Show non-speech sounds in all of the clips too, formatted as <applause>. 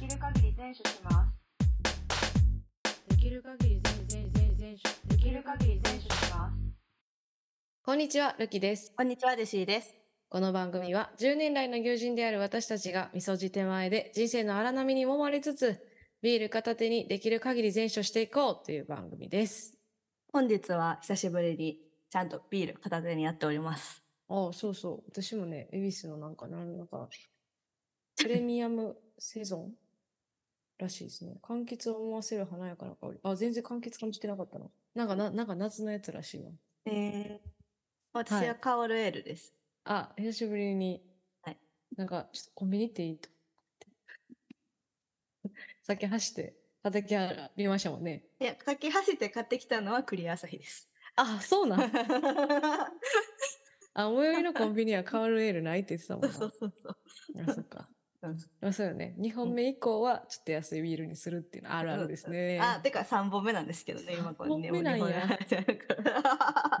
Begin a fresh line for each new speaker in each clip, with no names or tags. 全種します
できる限り全全全全
できる限り全種します
こんにちは、ルキです。
こんにちは、デシーです。
この番組は10年来の友人である私たちが味噌汁手前で人生の荒波に揉まれつつ、ビール片手にできる限り全書していこうという番組です。
本日は久しぶりにちゃんとビール片手にやっております。
ああ、そうそう。私もね、恵比寿のなんか、なんだか、プレミアムセゾンらしいですね。柑橘を思わせる華やかな香り。あ、全然柑橘感じてなかったな。なんかな、なんか夏のやつらしいわ。
えー、私はカオルエールです。
あ、久しぶりに、
はい
なんか、ちょっとコンビニ行っていいと <laughs> さっき走って、畑ありましたもんね。
い、や、かき走って買ってきたのはクリア朝日です。
あ、そうなん。
そ
<laughs> あ、最寄りのコンビニはカールエールないって言ってたもん
うそうそうそう。
な。あ、そっか。
うん
まあ、そうよね。2本目以降は、ちょっと安いビールにするっていうのはあるあるですね。
<laughs> あ、てか三本目なんですけどね、今これね。
三本目なんや
もう二本目入ってるから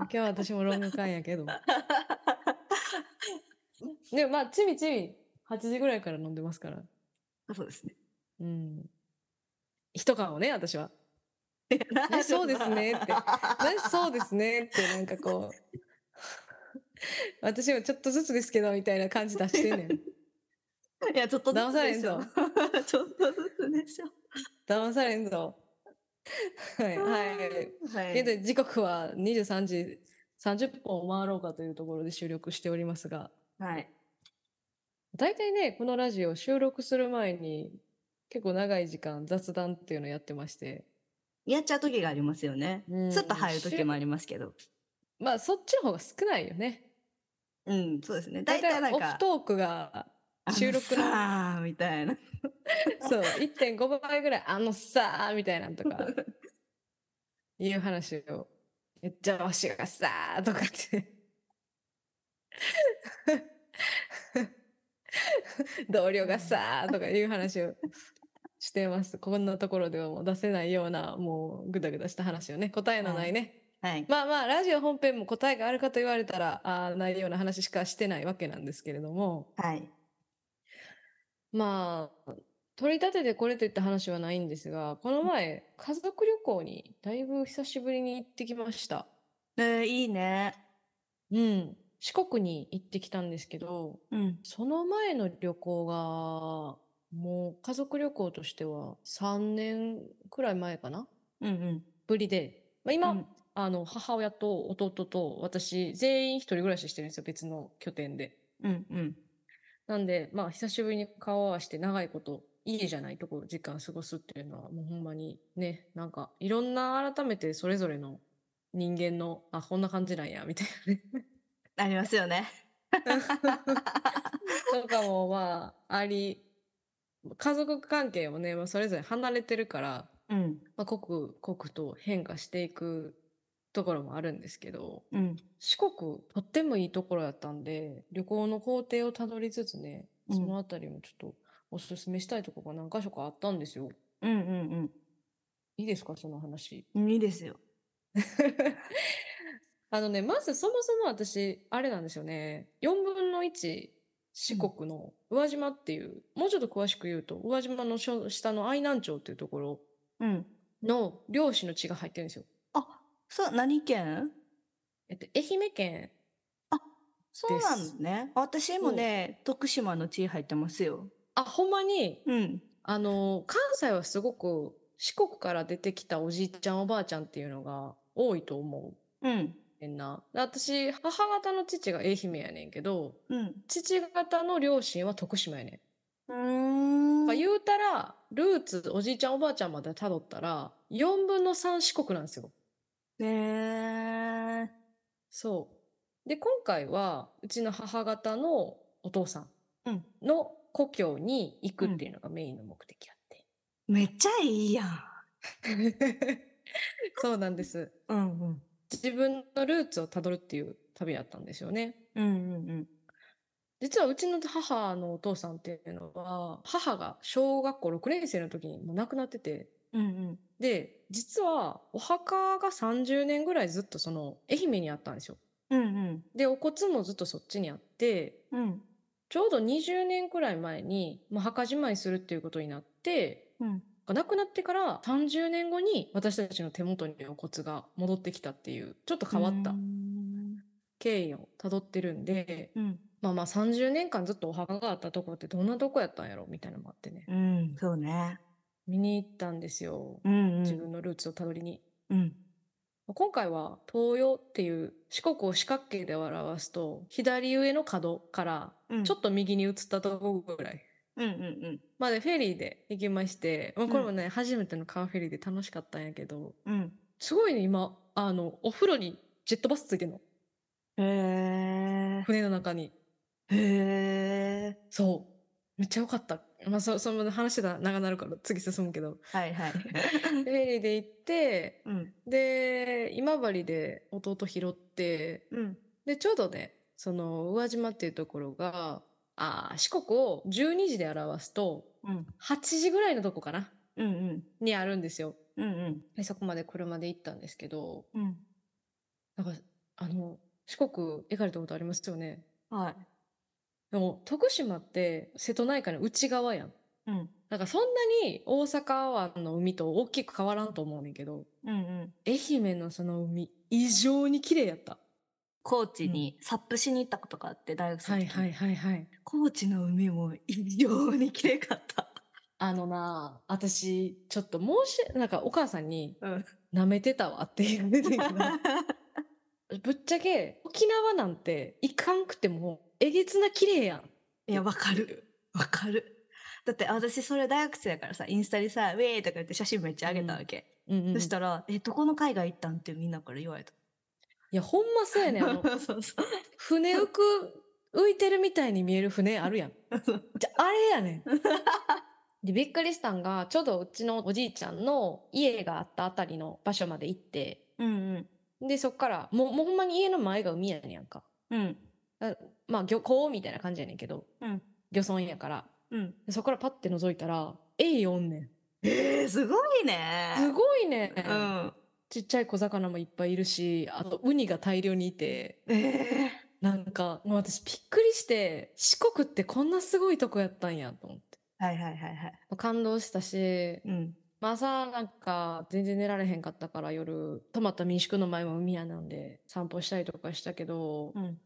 <laughs>
今日は私もロング缶やけど。でもまあ、ちびちび、8時ぐらいから飲んでますから。
そうですね。
うん。一缶をね、私
<laughs>
は。ねそうですねってね、そうですねってなんかこう <laughs> 私もちょっとずつですけどみたいな感じ出してんねん
いや、ちょっとず
騙
つ
され
で
ん
しょ
ぞ。
<laughs> ちょっとずつでしょ。
騙されんぞはいはい
はい。
現在時刻は23時30分を回ろうかというところで収録しておりますが
はい。
大体ねこのラジオ収録する前に結構長い時間雑談っていうのをやってまして
やっちゃう時がありますよね。
うん
スッと入る時もありますけど。
まあそっちの方が少ないよね
うん、そうですね。大体なん
オフ
か、
トークが収録の
あのさーみたい
<laughs>
な。
そう、1.5倍ぐらい、あのさーみたいなんとか、いう話を、めっちゃわしがさーとかって。同僚がさーとかいう話をしてます。こんなところではもう出せないような、もうぐだぐだした話をね、答えのないね。
はい。
まあまあ、ラジオ本編も答えがあるかと言われたら、あーないような話しかしてないわけなんですけれども。
はい。
まあ、取り立ててこれといった話はないんですが、この前、家族旅行にだいぶ久しぶりに行ってきました。
えー、いいね。
うん。四国に行ってきたんですけど、
うん。
その前の旅行が、もう家族旅行としては3年くらい前かな
うんうん。
ぶりで。まあ、今、
うん
あの、母親と弟と私、全員一人暮らししてるんですよ、別の拠点で。
うんうん。
なんで、まあ、久しぶりに顔を合わせて長いこと、家じゃないところ、時間過ごすっていうのは、もうほんまにね、なんか、いろんな改めてそれぞれの人間の、あ、こんな感じなんや、みたいなね。
ありますよね。
とかも、まあ、あり、家族関係もね、まあ、それぞれ離れてるから、
うん。
まあ、刻々と変化していくところもあるんですけど、
うん。
四国とってもいいところだったんで旅行の行程をたどりつつね
うん
そのあたりもちょっとおすすめしたいところが何か所かあったんですよ。
うんうん
いいですかその話。
うん。いいですよ。
あのねまずそもそも私あれなんですよね4分の1四国の宇和島っていう、もうちょっと詳しく言うと宇和島のしょ下の愛南町っていうところ
うん。
の漁師の血が入ってるんですよ。
あ、そう、何県
えっと、愛媛県
そうなのね。私もね、徳島の地入ってますよ。
あほんまに
うん。
あの関西はすごく四国から出てきたおじいちゃんおばあちゃんっていうのが多いと思
うん。
うねんなで私母方の父が愛媛やねんけど
うん。
父方の両親は徳島やねん、
う
まあ
ーん。
言うたらルーツおじいちゃんおばあちゃんまでたどったら4分の3四国なんですよ
ね
そうで今回はうちの母方のお父さ
うん
んの故郷に行くっていうのがメインの目的や
<laughs>
って、
ー。めっちゃいいやん。
そうなんです
うんうん。
自分のルーツをたどるっていう旅だったんですよね。
うんうんうん。
実はうちの母のお父さんっていうのは母が小学校6年生の時にもう亡くなってて
うん
で実はお墓が30年ぐらいずっとその愛媛にあったんですよ。
うん。うん
でお骨もずっとそっちにあって
うん。うん。
ちょうど20年くらい前に、まあ、墓じまいするっていうことになって
うん。
亡くなってから30年後に私たちの手元にお骨が戻ってきたっていうちょっと変わった
うん。
経緯をたどってるんで、
うん。
まあまあ30年間ずっとお墓があったとこってどんなとこやったんやろみたいなのもあってね
うん。そうね。
見に行ったんですよ、
うん、うん。
自分のルーツをたどりに。
うん。
今回は東洋っていう四国を四角形で表すと左上の角から
うん。
ちょっと右に移ったとこぐらい
うんうん
まあでフェリーで行きまして、まあ、
うん
これもね、初めてのカーフェリーで楽しかったんやけど
うん。うん。
すごいね今あのお風呂にジェットバスついてんの
へ
船の中に
え。へえ。
そうめっちゃ良かったまあそその話してたら長なるから次進むけど
はいはい。
フェリーで行って
うん。
で今治で弟拾って
うん。
でちょうどねその宇和島っていうところがあー四国を12時で表すと
うん。
8時ぐらいのとこかな
うんうん。
にあるんですよ
うんうん。
でそこまで車で行ったんですけど
うん。
なんかあの四国行かれたことありますよね
はい。
でも徳島って瀬戸内海の内側やん
うん。
なんかそんなに大阪湾の海と大きく変わらんと思うねんけど
うんうん。
愛媛のその海異常に綺麗やった
高知にサップしに行ったことがあって、大学生の時に
はいはい
高知の海も異様に綺麗かった。
あのなあ私ちょっと申しなんかお母さんに
うん。
舐めてたわって言われてんけど <laughs> ぶっちゃけ沖縄なんて行かんくてもえげつな綺麗やん
いや、わかる。わかる。だって私それ大学生だからさ、インスタにさ、ウェーとか言って写真めっちゃ上げたわけ。
うんうん、
そしたら、え、どこの海外行ったんってみんなから言われた。
いやほんまそうやねん <laughs> あの
<laughs> そうそう。
船浮く浮いてるみたいに見える船ある <laughs> やんじゃあれや <laughs> ねんでびっくりしたんがちょうどうちのおじいちゃんの家があったあたりの場所まで行って
うんうん。
でそっからもうもうほんまに家の前が海やねんやんか
うん。
まあ漁港みたいな感じやねんけど、
うん
漁村やから
うん。
でそこからパッて覗いたらエイおんねん
えー、すごいね。
すごいね、
うん。
ちっちゃい小魚もいっぱいいるしあとウニが大量にいて
ええ
なんかもう私びっくりして四国ってこんなすごいとこやったんやと思って
はいはいはいはい。
感動したし
うん。
まあ朝なんか全然寝られへんかったから夜泊まった民宿の前も海やなんで散歩したりとかしたけど、
うん。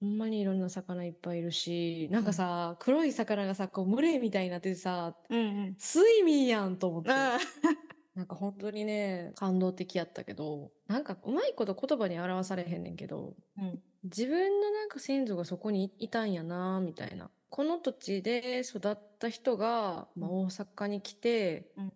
ほんまにいろんな魚いっぱいいるしなんかさ、黒い魚がさこう群れみたいになっててさ
うんうん。
睡眠やんと思って。
あ
なんか本当にね、感動的やったけど、なんかうまいこと言葉に表されへんねんけど、
うん
自分のなんか先祖がそこにいたんやな、みたいな。この土地で育った人が、まあ、
う
大阪に来て、
うん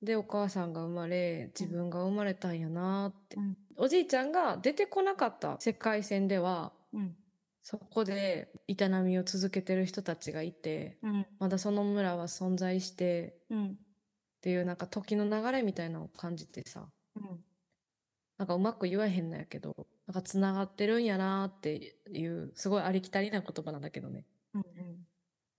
で、お母さんが生まれ、自分が生まれたんやなって、
うん
おじいちゃんが出てこなかった世界線では、
うん。
そこで営みを続けてる人たちがいて、
うん。
まだその村は存在して、
うん。
っていうなんか時の流れみたいなのを感じてさ、
うん。
なんかうまく言わへんのやけど、なんか繋がってるんやなーっていう、すごいありきたりな言葉なんだけどね。
うんうん。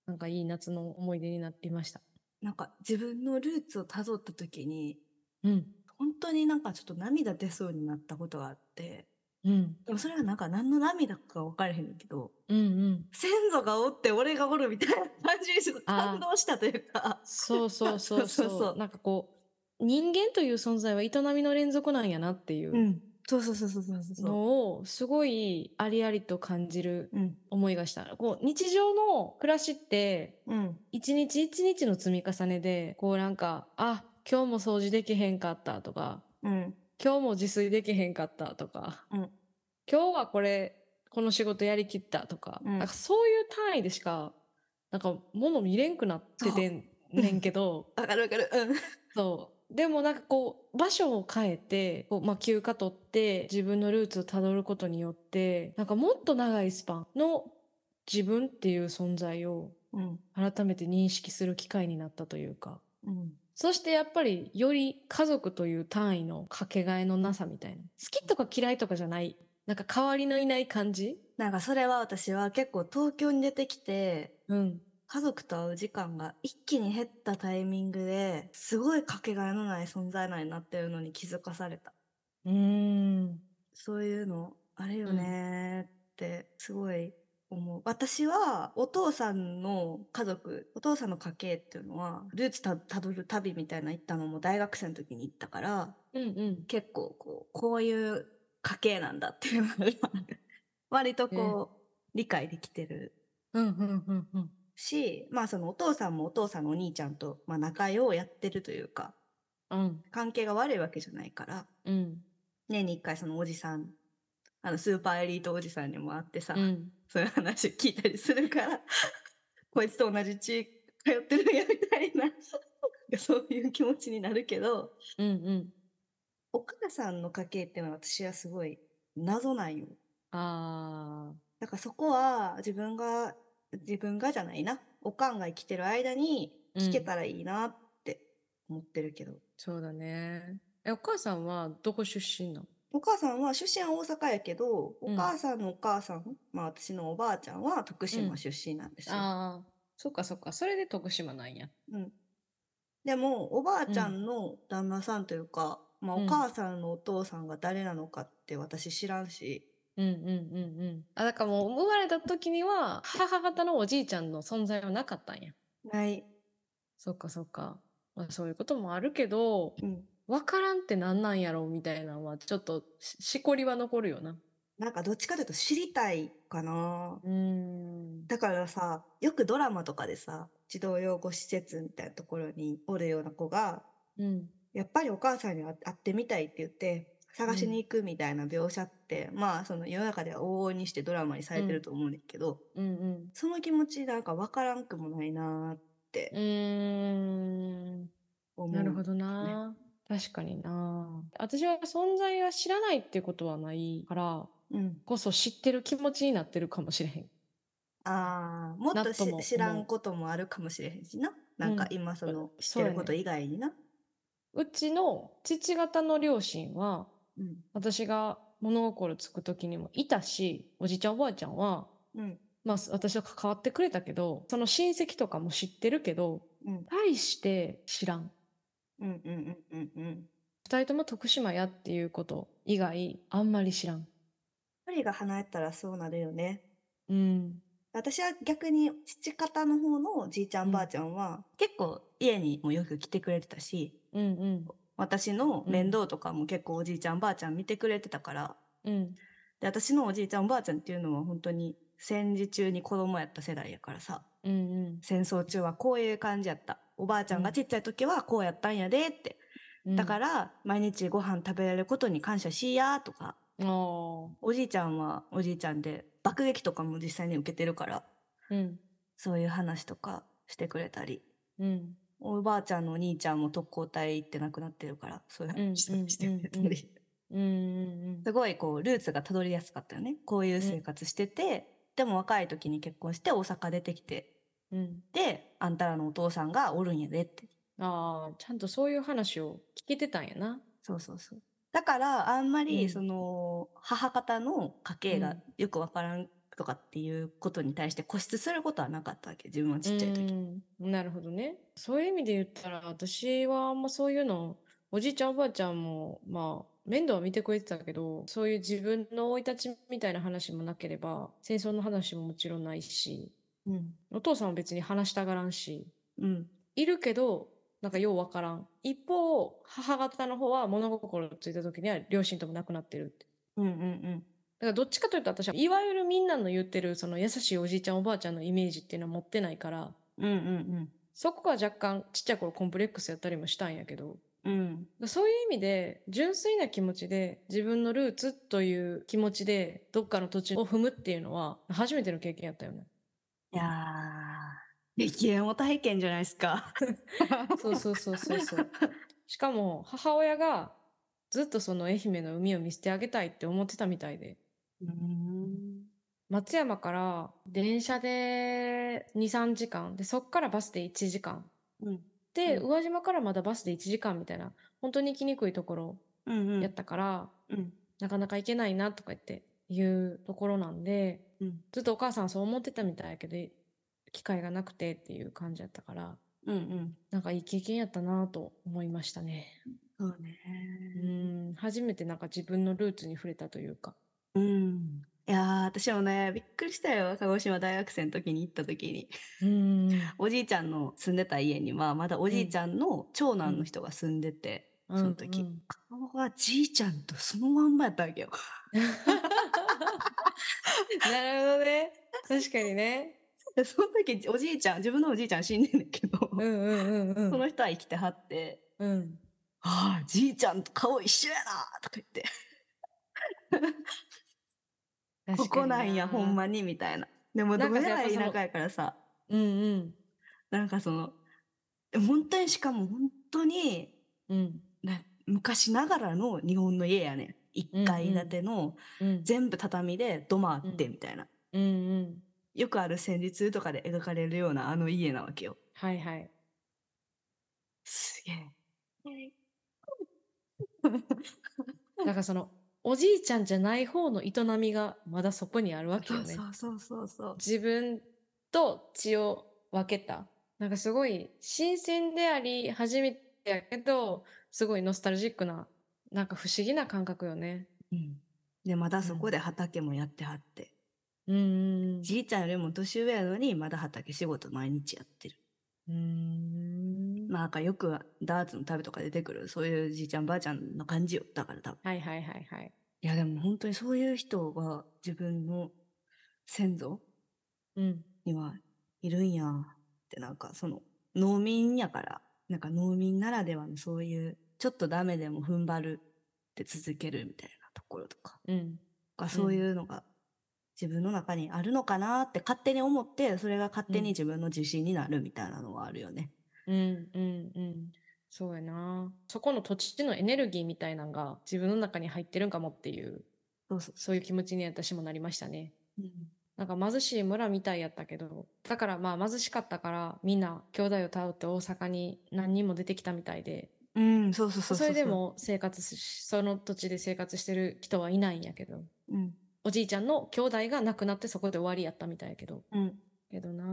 なんかいい夏の思い出になりました。
なんか自分のルーツをたどった時に、
うん。
本当になんかちょっと涙出そうになったことがあって、
うん。
でもそれはなんか何の涙か分からへんねんけど、
うんうん。
先祖がおって俺がおるみたいな感じにちょっと
あー
感動したというか、
そうそうそう <laughs>
そ
そうう
そうそう
なんかこう、人間という存在は営みの連続なんやなっていう
うん。そうそうそうそうそうそうそう。
のを、すごいありありと感じる
うん。
思いがした。こう、日常の暮らしって、
うん。
一日一日の積み重ねで、こうなんか、あ、今日も掃除できへんかったとか、
うん。
今日も自炊できへんかったとか、
うん
今日はこれこの仕事やりきったとか,、
うん
なんかそういう単位でしかなんか物見れんくなっててんねんけど
わかるわかる。うん。
そうでもなんかこう場所を変えてこう、まあ、休暇取って自分のルーツをたどることによってなんかもっと長いスパンの自分っていう存在を
うん。
改めて認識する機会になったというか。
うん。
そしてやっぱりより家族という単位のかけがえのなさみたいな。好きとか嫌いとかじゃない。なんか代わりのいない感じ
なんかそれは私は結構東京に出てきて、
うん。
家族と会う時間が一気に減ったタイミングですごいかけがえのない存在なんやなっていうのに気づかされた。
うーん。
そういうのあれよねーってすごい思う。私はお父さんの家族、お父さんの家系っていうのは、ルーツたたどる旅みたいな行ったのも大学生の時に行ったから、
うんうん。
結構こう、こういう家系なんだっていうのが、割とこう、理解できてる
うんうんうんうん。
し、まあそのお父さんもお父さんのお兄ちゃんと、まあ仲良うやってるというか、
うん
関係が悪いわけじゃないから、
うん
年に一回そのおじさん、あのスーパーエリートおじさんにも会ってさ、
うん。
そういう話を聞いたりするから、 <laughs> こいつと同じ地域通ってるんやみたいな、 <laughs> そういう気持ちになるけど、
うんうん。
お母さんの家系っていうのは私はすごい謎なんよ。
あ
だからそこは自分が、自分がじゃないな、おかんが生きてる間に
うん
聞けたらいいなって思ってるけど。
ー、そうだね。え、お母さんはどこ出身なの
お母さんは出身は大阪やけど、
うん
お母さんのお母さん、まあ私のおばあちゃんは
う
徳
ん
島出身なんですよ。
ああ、そっかそっか。それで徳島なんや。
うん、でもおばあちゃ
うん
んの旦那さんというか、まあ、
うん
お母さんのお父さんが誰なのかって私知らんし、
うんうんうんうん。あ、だからもう生まれた時には母方のおじいちゃんの存在はなかったんや。
ない、
そっかそっか。まあ、そういうこともあるけど、
うん、
わからんってなんなんやろみたいなのはちょっとししこりは残るよな。
なんかどっちかというと知りたいかな
うん。
だからさよくドラマとかでさ児童養護施設みたいなところにおるような子が
うん。
やっぱりお母さんに会ってみたいって言って探しに行くみたいな描写って、まあその世の中では往々にしてドラマにされてると思うねんだけど、
うんうん。
その気持ちなんか分からんくもないなって
うーん。
思う。
なるほどな。確かにな。私は存在が知らないってことはないから、
うん
こそ知ってる気持ちになってるかもしれへん。
ああ、もっ
な
と
と
し
も
知ら
思うん
こともあるかもしれへんしな。なん
う
か
ん
今その知っ
そう
て
や
ること以外にな。
うちの父方の両親は、
うん。
私が物心つく時にもいたし、おじいちゃんおばあちゃんは、
うん。
まあ私と関わってくれたけど、その親戚とかも知ってるけど、
うん。
対して知らん。
うん。うん。うん。うん。
二人とも徳島やっていうこと以外、あんまり知らん。
距離が離れたらそうなるよね。
うん。
私は逆に父方の方のじいちゃ
うん
んばあちゃんは結構家にもよく来てくれてたし、
うんうん。
私の
うん
面倒とかも結構おじいちゃんばあちゃん見てくれてたから、
うん。
で、私のおじいちゃんばあちゃんっていうのは本当に戦時中に子供やった世代やからさ。
うんうん
戦争中はこういう感じやった。おばあちゃん
う
が
ん
ちっちゃい時はこうやったんやでって。
うん。、
だからら、毎日ご飯食べられることに感謝しいやとか、
あー
おじいちゃんはおじいちゃんで、爆撃とかも実際に受けてるから、
うん。
そういう話とかしてくれたり、
うん。
おばあちゃんのお兄ちゃんも特攻隊行って亡くなってるから、そういう話
うんうんうんうん
してくれたり。 <laughs>
うんうん
すごいこう、ルーツがたどりやすかったよね。こういう生活してて、でも若い時に結婚して大阪出てきて、
うん。うん。
で、あんたらのお父さんがおるんやでって。
ああ、ちゃんとそういう話を聞けてたんやな。
そうそうそう。だから、あん
う
ま
ん
り、その、母方の家系
う
が
ん
よくわからんとかっていうことに対して固執することはなかったわけ。自分はちっちゃい時。
うんなるほどね。そういう意味で言ったら、私はあんまそういうの、おじいちゃんおばあちゃんも、まあ、面倒は見てくれてたけど、そういう自分の生い立ちみたいな話もなければ、戦争の話ももちろんないし、
うん。
お父さんは別に話したがらんし、
うん。
いるけど、なんかようわからん。一方、母方の方は物心ついた時には両親とも亡くなってるって。
うんうんうん。
だからどっちかというと私はいわゆるみんなの言ってるその優しいおじいちゃんおばあちゃんのイメージっていうのは持ってないから、
うんうん
そこが若干ちっちゃい頃コンプレックスやったりもしたんやけど、
うん。うん。
そういう意味で純粋な気持ちで自分のルーツという気持ちでどっかの土地を踏むっていうのは初めての経験やったよね。
いやー、激縁も体験じゃないですか。
そうそうそうそう
<laughs>
そう。しかも母親がずっとその愛媛の海を見せてあげたいって思ってたみたいで、
うん。
松山から電車で2、3時間、で、そっからバスで1時間。
うん。
で、
うん
宇和島からまだバスで1時間みたいな、本当に行きにくいところ
うんうん。
やったから、
うん。
なかなか行けないなとか言っていうところなんで、
うん
ずっとお母さんはそう思ってたみたいやけど、機会がなくてっていう感じやったから、
うんうん。
なんかいい経験やったなと思いましたね。
そうね
う。ん、初めてなんか自分のルーツに触れたというか。
うん。いやー、私もね、びっくりしたよ。鹿児島大学生の時に行った時に。
うん。
おじいちゃんの住んでた家には、まだおじいちゃんの長男の人が住んでて、その時
う
<laughs>
ん
顔がじいちゃんとそのまんまやったわけよ。
なるほどね。確かにね。
でその時、おじいちゃん、自分のおじいちゃん死んでんだけど、
うんうんうん
そうの
ん。
人は生きてはって、
うん。
ああ、じいちゃんと顔一緒やなとか言って、ここなんや、ほんま
に。
に、みたいな。でも、
な
ど
ん
う
か
や
さ
ら田
やっぱその
舎やからさ、
うんうん。
なんかその、本当に、しかも本当に、
うん。
な昔ながらの日本の家やねん。一階建ての、
うん。
全部畳で土間あって、
うん
みたいな。
うんうん。
よくある戦時中とかで描かれるようなあの家なわけよ。
はいはい。
すげえ。
<laughs> だからその、おじいちゃんじゃない方の営みがまだそこにあるわけ
そ
よ
う
ね。
そうそうそうそう。
自分と血を分けた。なんかすごい新鮮であり、初めてやけど、すごいノスタルジックな、なんか不思議な感覚よね。
うん、でまだそこで畑もやってはって、
うんうん
じいちゃんよりも年上やのにまだ畑仕事毎日やってる。
うん。うん。
なんかよくダーツの旅とか出てくるそういうじいちゃんばあちゃんの感じよだから多分。
はいはいはいはい。
いやでも本当にそういう人が自分の先祖
うん。
にはいるんやってなんかその農民やからなんか農民ならではのそういうちょっとダメでも踏ん張るって続けるみたいなところとか
うん。
がそういうのが自分の中にあるのかなって勝手に思ってそれが勝手
うん
に自分の自信になるみたいなのはあるよね。
うんうんうん。そうやな。そこの土地のエネルギーみたいなのが自分の中に入ってるんかもっていう、
そうそう
そういう気持ちに私もなりましたね。
うん
なんか貧しい村みたいやったけど、だからまあ貧しかったからみんな兄弟を頼って大阪に何人も出てきたみたいで、
うん、そうそうそうう
それで、も生活し、その土地で生活してる人はいないんやけど、
うん
おじいちゃんの兄弟が亡くなってそこで終わりやったみたいやけど、
うん
けどな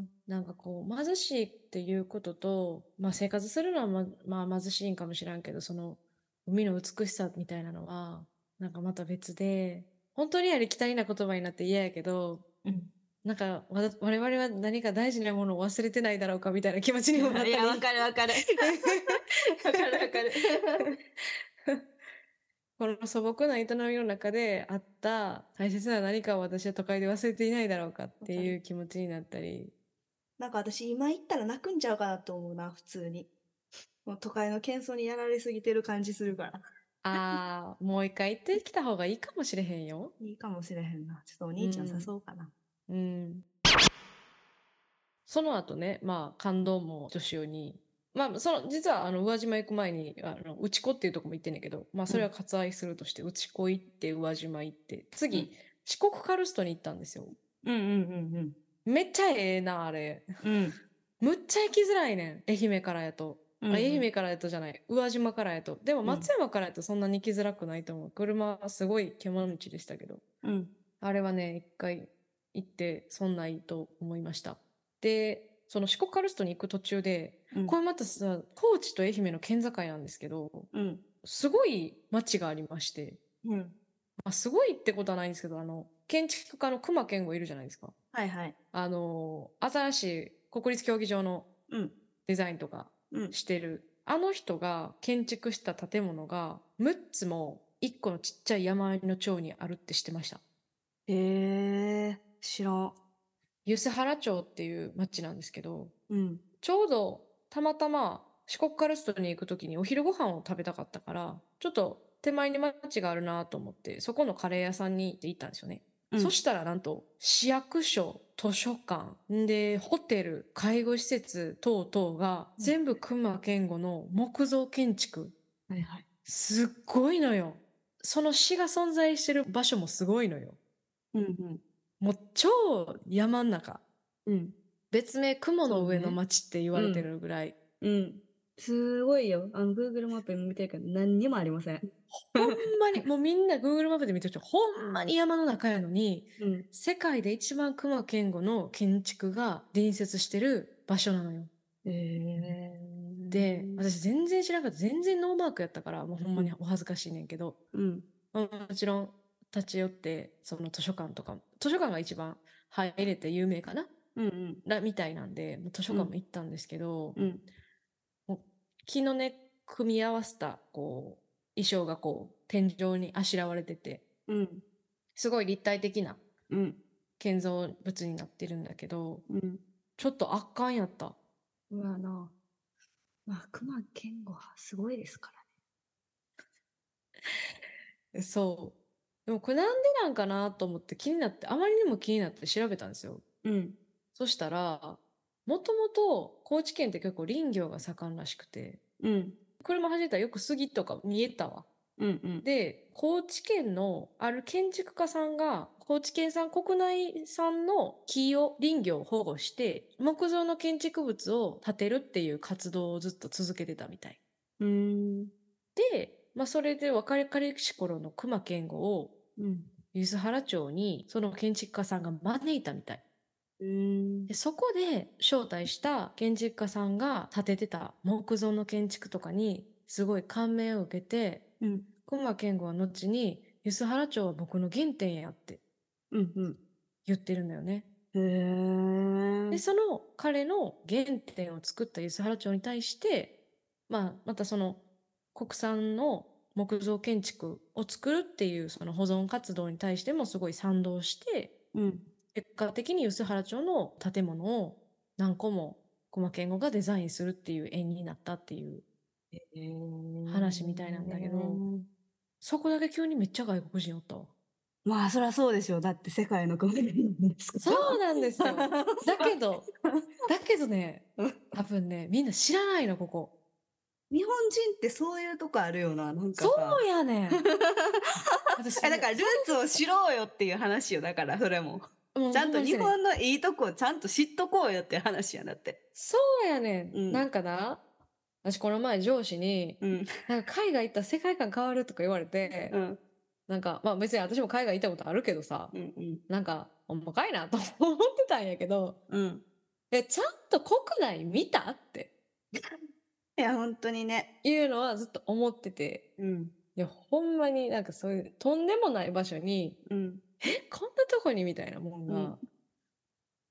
あなんかこう貧しいっていうことと、まあ、生活するのはままあ貧しいんかもしらんけどその海の美しさみたいなのはなんかまた別で本当にありきたりな言葉になって嫌やけど
うん、
なんかわ我々は何か大事なものを忘れてないだろうかみたいな気持ちにもなった
い
り
やわかるわかる <laughs> わかるわかる
この素朴な営みの中であった大切な何かを私は都会で忘れていないだろうかっていう気持ちになったり
<laughs> なんか私今行ったら泣くんちゃうかなと思うな普通にもう都会の喧騒にやられすぎてる感じするから
ああもう一回行ってきた方がいいかもしれへんよ。
いいかもしれへんなちょっとお兄ちゃん
うん
誘おうかな、
うん。その後ね、まあ、感動も女子に、まあ、その、実は、あの、宇和島行く前に、あの、内子っていうとこも行ってんねんけど、まあ、それは割愛するとして、内子行って、宇和島行って、次、
うん
四国カルストに行ったんですよ。
うん、うんうん
めっちゃええな、あれ。
うんうん
むっちゃ行きづらいねん。愛媛からやと。
う
あ
ん
愛媛からやとじゃない。宇和島からやと。でも、
うん
松山からやとそんなに行きづらくないと思う。車はすごい獣道でしたけど。
うん
あれはね、一回行って損ないと思いました。で、その四国カルストに行く途中で、
うん
これまたさ、高知と愛媛の県境なんですけど、
うん
すごい町がありまして、
うん
まあ、すごいってことはないんですけど、あの、建築家の熊健吾いるじゃないですか。
はいはい
あの、新しい国立競技場の
うん
デザインとか
うん
してる。あの人が建築した建物が6つも1個のちっちゃい山ありの町にあるって知ってました。
へえ知らん
梼原町っていう町なんですけど、
うん
ちょうどたまたま四国カルストに行く時にお昼ご飯を食べたかったから、ちょっと手前に町があるなと思って、そこのカレー屋さんに行って行ったんですよね。
うん
そしたらなんと、市役所、図書館、んで、ホテル、介護施設等々が
うん
全部熊健吾の木造建築。
はいはい
すっごいのよ。その市が存在してる場所もすごいのよ。
うんうん
もう超山ん中。
うん
別名雲の上
そ
の
うね
町って言われてるぐらい、
うんすごいよあの Google マップ今見てるけど何にもありません
ほんま
<laughs>
に、もうみんな Google マップで見てると、ほんまに山の中やのに、
うん
世界で一番熊健吾の建築が隣接してる場所なのよ。
へえ
で、私全然知らんかった。全然ノーマークやったから、もうほんまにお恥ずかしいねんけど、
うん
まあもちろん、立ち寄って、その図書館とかも、図書館が一番入れて有名かな
うんうん
だみたいなんで、もう図書館も行ったんですけど、
うん
木のね、組み合わせた、こう、衣装がこう、天井にあしらわれてて、
うん
すごい立体的な
うん
建造物になってるんだけど、
うん
ちょっと圧巻やった。
うわなまあ熊健吾はすごいですから
そう。でもこれなんでなんかなと思って気になって、あまりにも気になって調べたんですよ。
うん
そしたら、もともと高知県って結構林業が盛んらしくて、
うん
車走ったらよく杉とか見えたわ。
うんうん
で、高知県のある建築家さんが、高知県産国内産の木を、林業を保護して、木造の建築物を建てるっていう活動をずっと続けてたみたい。
うん
で、まあそれで別れかりし頃の熊健吾を
うん
梼原町にその建築家さんが招いたみたい。
うん
でそこで招待した建築家さんが建ててた木造の建築とかにすごい感銘を受けて、
うん
熊健吾は後に梼原町は僕の原点やって
うん
言ってるんだよね。
うんへ
で、
え
その彼の原点を作った梼原町に対して、まあ、またその国産の木造建築を作るっていうその保存活動に対してもすごい賛同して、
うん
結果的に梼原町の建物を何個も駒健吾がデザインするっていう縁になったっていう話みたいなんだけどそこだけ急にめっちゃ外国人おったわ
まあそりゃそうですよだって世界の国なんですから
そうなんですよだけどだけどね多分ねみんな知らないのここ
日本人ってそういうとこあるよななんかさ
そうやねん私
<laughs> えだからルーツを知ろうよっていう話よだからそれも
もう
ちゃんと日
ほまにね
本のいいとこをちゃんと知っとこうよっていう話やなって
そうやねん、
うん
なんかな私この前上司に
うん
なんか海外行ったら世界観変わるとか言われて、
うん
なんかまあ別に私も海外行ったことあるけどさ、
うんうん
なんか、ほんまかいなと思ってたんやけど、
うん
え、ちゃんと国内見たって
いや本当にね
いうのはずっと思ってて、
うん
いや、ほんまになんかそういう、とんでもない場所に、
うん
え、こんなとこにみたいなもんが、
うん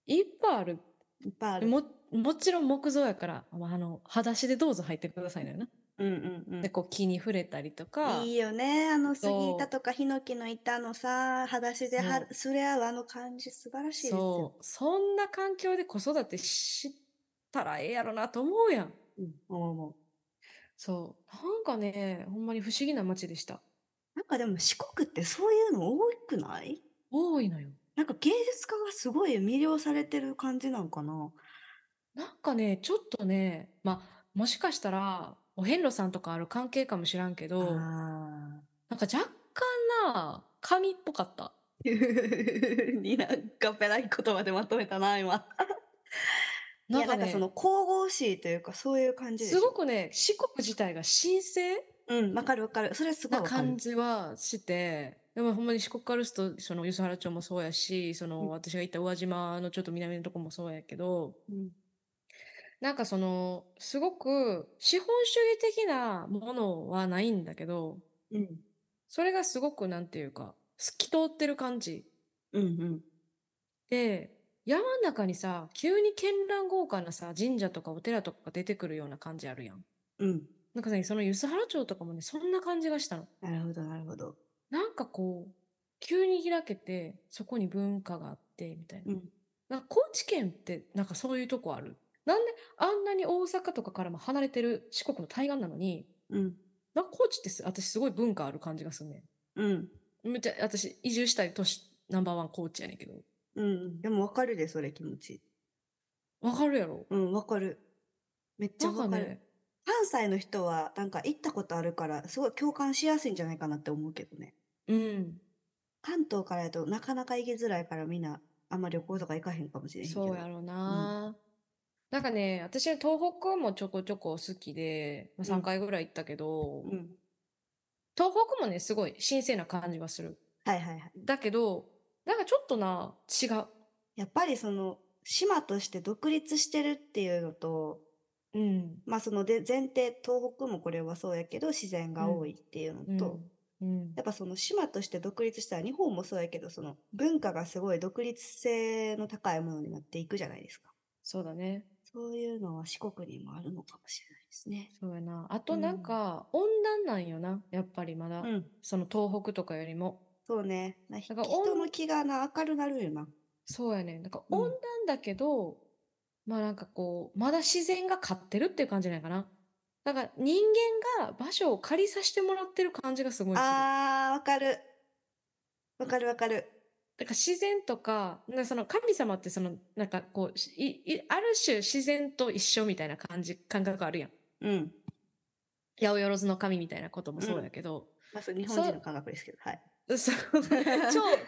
いっぱいある。
いっぱいある
も、もちろん木造やから、まあ、あの、裸足でどうぞ入ってくださいのよな。
うんうんうん
で、こう木に触れたりとか、
いいよねあの杉
そう
板とかヒノキの板のさ裸足ではすれ合うあの感じ素晴らしいですよ
そう、そんな環境で子育てしたらええやろなと思うやん。
うん思う思う
そう。なんかね、ほんまに不思議な街でした。
なんかでも四国ってそういうの多くない
多いのよ。
なんか芸術家がすごい魅了されてる感じなんかな
なんかね、ちょっとね、まあ、もしかしたら、お遍路さんとかある関係かもしらんけど、なん
あ
か若干な、神っぽかった。
ー <laughs> になんかペラい言葉でまとめたな今い
な
や
んか
<laughs> なんか
ね
そ、の神々しいというかそういう感じですし
ご
ょ
くね、四国自体が神聖
うんわかるわかるそれすごい
な
わかる
感じはして、でもほんまに四国からすると、その梼原町もそうやし、その私が行った宇和島のちょっと南のとこもそうやけど、
うん
なんかその、すごく資本主義的なものはないんだけど、
うん
それがすごくなんていうか、透き通ってる感じ。
うん
で、山の中にさ、急に絢爛豪華なさ、神社とかお寺とかが出てくるような感じあるやん。
うんうん
なんかね、その梼原町とかもね、そんな感じがしたの。
なるほどなるほど
なんかこう、急に開けて、そこに文化があって、みたいな。
うん
なんか高知県って、なんかそういうとこある。なんであんなに大阪とかからも離れてる四国の対岸なのに、
うん
なんか高知ってす私すごい文化ある感じがするね
うん
ん。めっちゃ、私移住したい都市ナンバーワン高知やねんけど。
うんでもわかるでそれ気持ち
わかるやろ
うんわかるめっちゃ
なん
わ
か
かる
ね、
関西の人はなんか行ったことあるからすごい共感しやすいんじゃないかなって思うけどね
うん。
関東からやとなかなか行きづらいからみんなあんま旅行とか行かへんかもしれへんけど
そうやろな、なんかね、私は東北もちょこちょこ好きで、まあ、
うん
3回ぐらい行ったけど、
うん
東北もね、すごい神聖な感じはする。
はいはいはい
だけど、なんかちょっとな、違う。
やっぱりその島として独立してるっていうのと
うん。
まあそので前提東北もこれはそうやけど自然が多いっていうのと、
うんうん
やっぱその島として独立したら日本もそうやけどその文化がすごい独立性の高いものになっていくじゃないですか
そうだね。
そういうのは四国にもあるのかもしれないですね
そうやな。あと
うん
なんか、温暖なんよな。やっぱりまだ。
うん
その東北とかよりも。
そうねな人
からおん
の気がな明るなるよな
そうやね。なんか
うん
温暖だけど、まあなんかこう、まだ自然が勝ってるっていう感じなんかな。なんか人間が場所を借りさせてもらってる感じがすごいする。だ
あーわかるわかるわかる
から自然とか、なその神様ってその、なんかこう、しいいある種自然と一緒みたいな感じ、感覚あるやん。
うん
八百万の神みたいなこともそうやけど、
まあそれ日本人の感覚ですけどはい
そう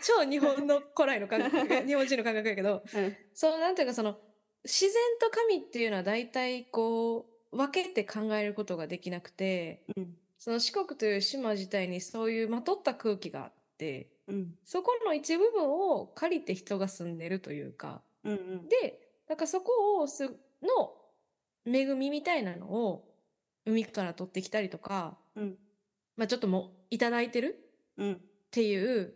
超、超日本の古来の感覚、日本人の感覚やけど、
うん
そう、なんていうか、その、自然と神っていうのは大体こう、分けて考えることができなくて、
うん
その四国という島自体にそういうまとった空気があって、
うん
そこの一部分を借りて人が住んでるというか、
うんうん
で、なんかそこをす、の恵みみたいなのを海から取ってきたりとか、
うん
まあちょっともういただいてる
うん
っていう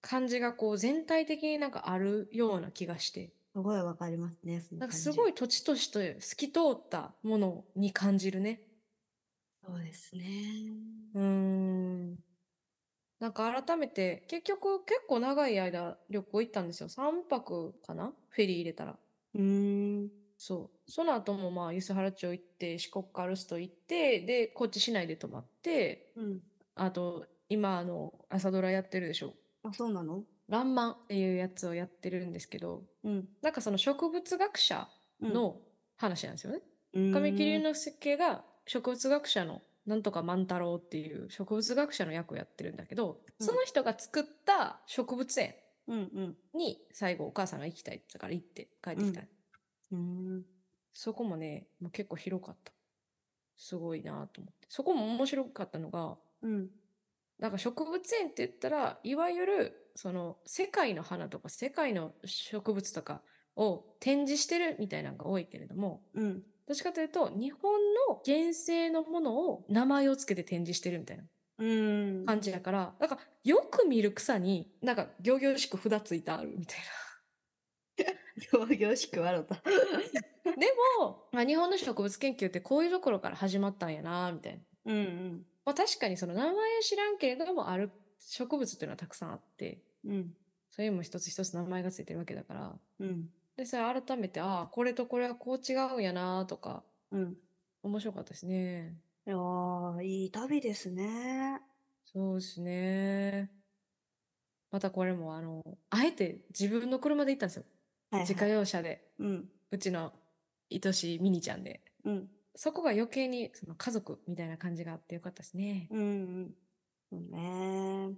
感じがこう全体的になんかあるような気がして。
すごいわかりますねその
なんか
感
す
じ
ごい土地として透き通ったものに感じるね。
そうですね
うーん。なんか改めて、結局結構長い間旅行行ったんですよ。3泊かなフェリー入れたら。
うーん
そう。その後もまあ、梼原町行って、四国カルスト行って、で、高知市内で泊まって、
うん
あと、今あの、朝ドラやってるでしょ。
あそうなの
らんまんっていうやつをやってるんですけど、
うん
なんかその植物学者
うん
の話なんですよね。神
神
木隆之介が植物学者のなんとか万太郎っていう植物学者の役をやってるんだけど、
うん
その人が作った植物園
うんうん
に最後お母さんが行きたいって言ったから行って帰ってきた、
ううん
そこもねもう結構広かったすごいなと思ってそこも面白かったのが
うん
なんか植物園って言ったらいわゆるその世界の花とか世界の植物とかを展示してるみたいなのが多いけれども、
うん
どっちかというと、日本の原生のものを名前をつけて展示してるみたいな
うん
感じやから、なんかよく見る草に、なんか行々しく札ついてあるみたい
行々しく笑った <laughs>
な。でも、まあ、日本の植物研究ってこういうところから始まったんやな、みたいな。
うんうん
まあ確かにその名前知らんけれども、ある植物っていうのはたくさんあって、
うん
それにも一つ一つ名前がついてるわけだから、
うん
で、それ改めて、ああ、これとこれはこう違うんやな、とか、
うん
面白かったですね。
いやーいい旅ですね
そうですね。またこれもあの、あえて自分の車で行ったんですよ。
はい
自家
はい
用車で。
うん
うちの愛しいミニちゃんで。
うん
そこが余計にその家族みたいな感じがあってよかったですね。
うんうんそうね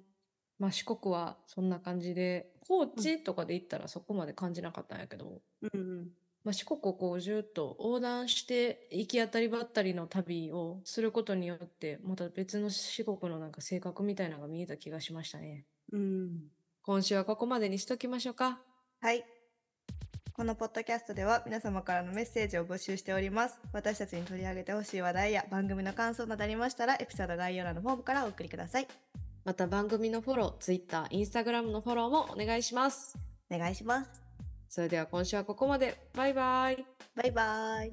まあ四国はそんな感じで、高知とかで行ったらそこまで感じなかったんやけど、
うんうん
まあ、四国をこうずっと横断して行き当たりばったりの旅をすることによって、また別の四国のなんか性格みたいなのが見えた気がしましたね。
うん
今週はここまでにしときましょうか。
はい。このポッドキャストでは皆様からのメッセージを募集しております。私たちに取り上げてほしい話題や番組の感想などありましたら、エピソード概要欄のフォームからお送りください。
また番組のフォロー、Twitter、Instagram のフォローもお願いします。
お願いします。
それでは今週はここまで。バイバイ。
バイバイ。